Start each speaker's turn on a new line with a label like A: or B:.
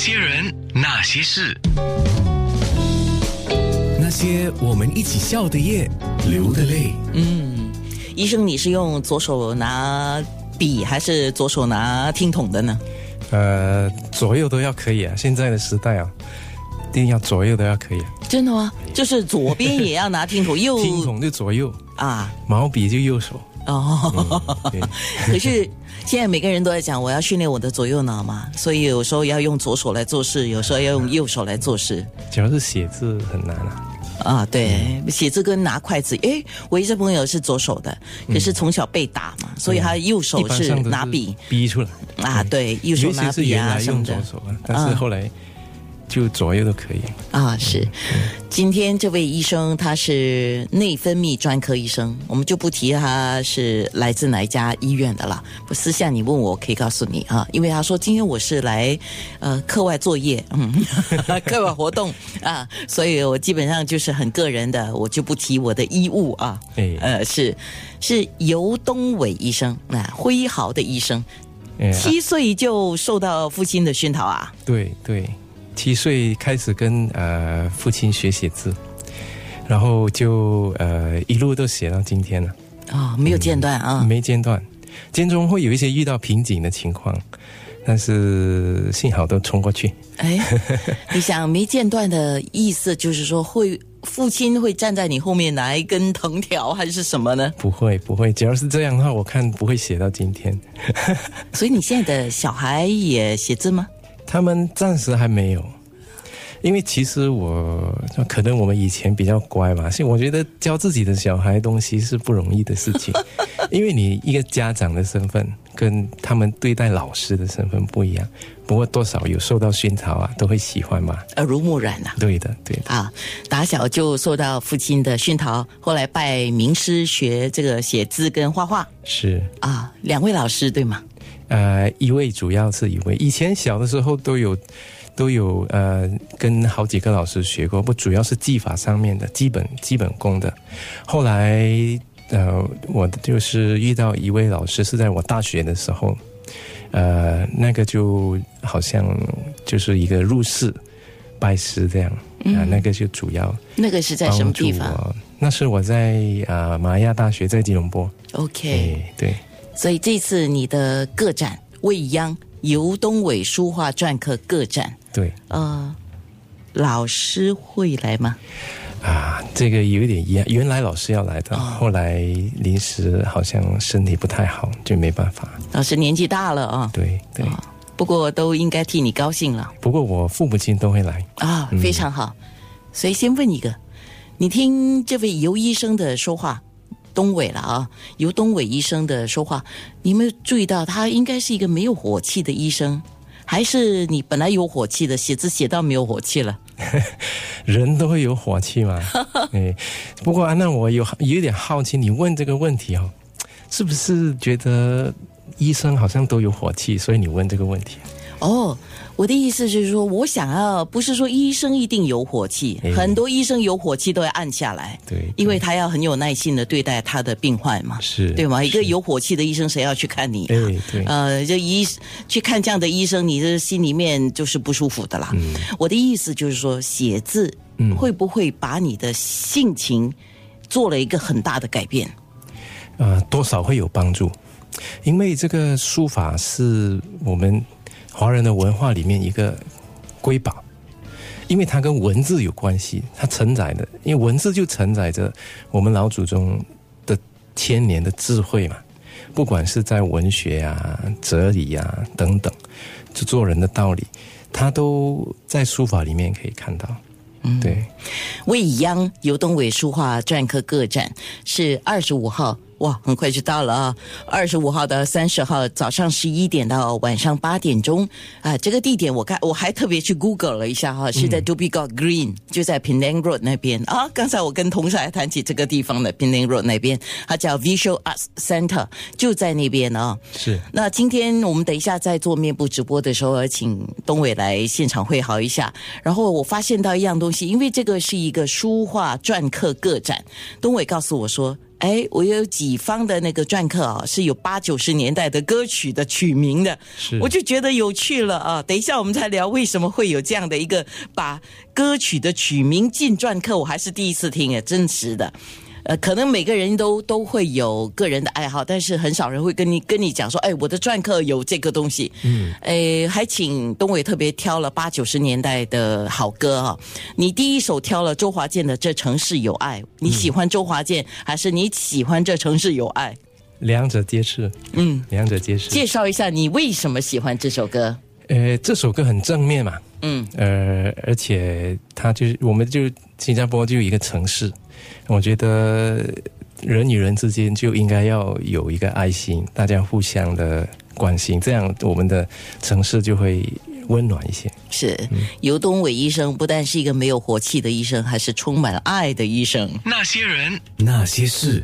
A: 些人，那些事，
B: 那些我们一起笑的夜，流的泪。
C: 医生，你是用左手拿笔还是左手拿听筒的呢？
D: 呃，左右都要可以啊。现在的时代啊，一定要左右都要可以、啊，
C: 真的吗？就是左边也要拿听筒，右
D: 听筒就左右，
C: 啊，
D: 毛笔就右 手。
C: 哦。
D: 对，
C: 可是现在每个人都在讲，我要训练我的左右脑嘛，所以有时候要用左手来做事，有时候要用右手来做事。
D: 主要是写字很难啊。
C: 啊，
D: 嗯
C: 对，写字跟拿筷子，诶，我一些朋友是左手的，可是从小被打嘛，所以他
D: 嗯
C: 右
D: 一
C: 手
D: 般上都
C: 拿笔
D: 逼出来，
C: 啊，对，右手
D: 尤
C: 拿
D: 其是
C: 笔
D: 原
C: 啊
D: 来
C: 什
D: 用
C: 么的
D: 左手啊，但是后来就左右都可以。
C: 啊，是。今天这位医生他是内分泌专科医生，我们就不提他是来自哪一家医院的了。不，私下你问我，我可以告诉你啊，因为他说今天我是来呃课外作业，嗯， 课外活动啊，所以我基本上就是很个人的，我就不提我的医务啊。
D: 哎
C: 呃，是是尤东伟医生，那、啊、辉豪的医生，
D: 哎呀
C: 七岁就受到父亲的熏陶啊。
D: 对对，七岁开始跟呃父亲学写字，然后就呃一路都写到今天了，
C: 啊、没有间断啊。
D: 没间断。间中会有一些遇到瓶颈的情况，但是幸好都冲过去。
C: 哎，你想没间断的意思就是说会。父亲会站在你后面拿一根藤条还是什么呢？
D: 不会不会，只要是这样的话，我看不会写到今天。
C: 所以你现在的小孩也写字吗？
D: 他们暂时还没有，因为其实我可能我们以前比较乖吧，所以我觉得教自己的小孩东西是不容易的事情，因为你一个家长的身份跟他们对待老师的身份不一样。不过多少有受到熏陶啊，都会喜欢吧？
C: 耳濡目染呐、
D: 对的，对的，
C: 啊！打小就受到父亲的熏陶，后来拜名师学这个写字跟画画
D: 是。
C: 啊。两位老师对吗？
D: 呃，一位主要是一位，以前小的时候都有都有呃跟好几个老师学过，不主要是技法上面的基本基本功的。后来呃，我就是遇到一位老师是在我大学的时候，呃，那个就好像就是一个入室拜师这样啊、那个就主要
C: 那个嗯是在什
D: 帮
C: 么
D: 助
C: 地方
D: 我。那是我在啊、呃、马来亚大学，在吉隆坡。
C: ？OK，
D: 哎，对，
C: 所以这次你的个展未央尤东伟书画篆刻个展，
D: 对。
C: 呃，老师会来吗？
D: 啊，这个有一点遗憾。原来老师要来
C: 哦
D: 的，后来临时好像身体不太好，就没办法。
C: 老师年纪大了啊，
D: 对对，
C: 不过都应该替你高兴了
D: 不过我父母亲都会来。
C: 啊，非常好。所以先问一个，你听这位尤医生的说话，东伟了啊，尤东伟医生的说话，你有没有注意到他应该是一个没有火气的医生，还是你本来有火气的，写字写到没有火气了？
D: 人都会有火气 嘛。哎，不过安娜，我有有点好奇，你问这个问题哦，是不是觉得医生好像都有火气，所以你问这个问题？
C: 哦，我的意思就是说，我想要不是说医生一定有火气，
D: 哎
C: 很多医生有火气都要按下来，
D: 对
C: 因为他要很有耐心的对待他的病患嘛，
D: 是
C: 对吗？一个
D: 是
C: 有火气的医生，谁要去看你、啊？
D: 哎，对，
C: 呃，这医去看这样的医生，你这心里面就是不舒服的啦。我的意思就是说，写字
D: 嗯
C: 会不会把你的性情做了一个很大的改变？
D: 呃，多少会有帮助，因为这个书法是我们华人的文化里面一个瑰宝，因为它跟文字有关系，它承载的，因为文字就承载着我们老祖宗的千年的智慧嘛，不管是在文学啊、哲理啊等等，就做人的道理，它都在书法里面可以看到。嗯，对，
C: 未央尤东伟书画篆刻个展是二十五号，哇，很快就到了啊！二十五号到三十号早上十一点到晚上八点钟啊，这个地点我看我还特别去 Google 了一下哈，是在 d u b i g o Green，就在 Penang Road 那边啊。刚才我跟同事还谈起这个地方的 Penang Road 那边，它叫 Visual Arts Center，就在那边啊。
D: 是
C: 那今天我们等一下在做面部直播的时候，呃请东伟来现场会好一下。然后我发现到一样东西，因为这个是一个书画篆刻个展，东伟告诉我说。哎，我有几方的那个篆刻啊，是有八九十年代的歌曲的曲名的，
D: 是
C: 我就觉得有趣了啊。等一下我们再聊为什么会有这样的一个把歌曲的曲名进篆刻，我还是第一次听，哎，真实的。呃，可能每个人都都会有个人的爱好，但是很少人会跟你跟你讲说，哎，我的篆刻有这个东西。嗯，哎，还请东伟特别挑了八九十年代的好歌啊、你第一首挑了周华健的《这城市有爱》，你喜欢周华健、还是你喜欢《这城市有爱》？
D: 两者皆是，
C: 嗯，
D: 两者皆是。
C: 介绍一下你为什么喜欢这首歌？
D: 呃，这首歌很正面嘛，
C: 嗯，
D: 呃，而且它就是我们就新加坡就有一个城市，我觉得人与人之间就应该要有一个爱心，大家互相的关心，这样我们的城市就会温暖一些。
C: 是尤东伟医生不但是一个没有火气的医生，还是充满爱的医生。
A: 那些人，
B: 那些事，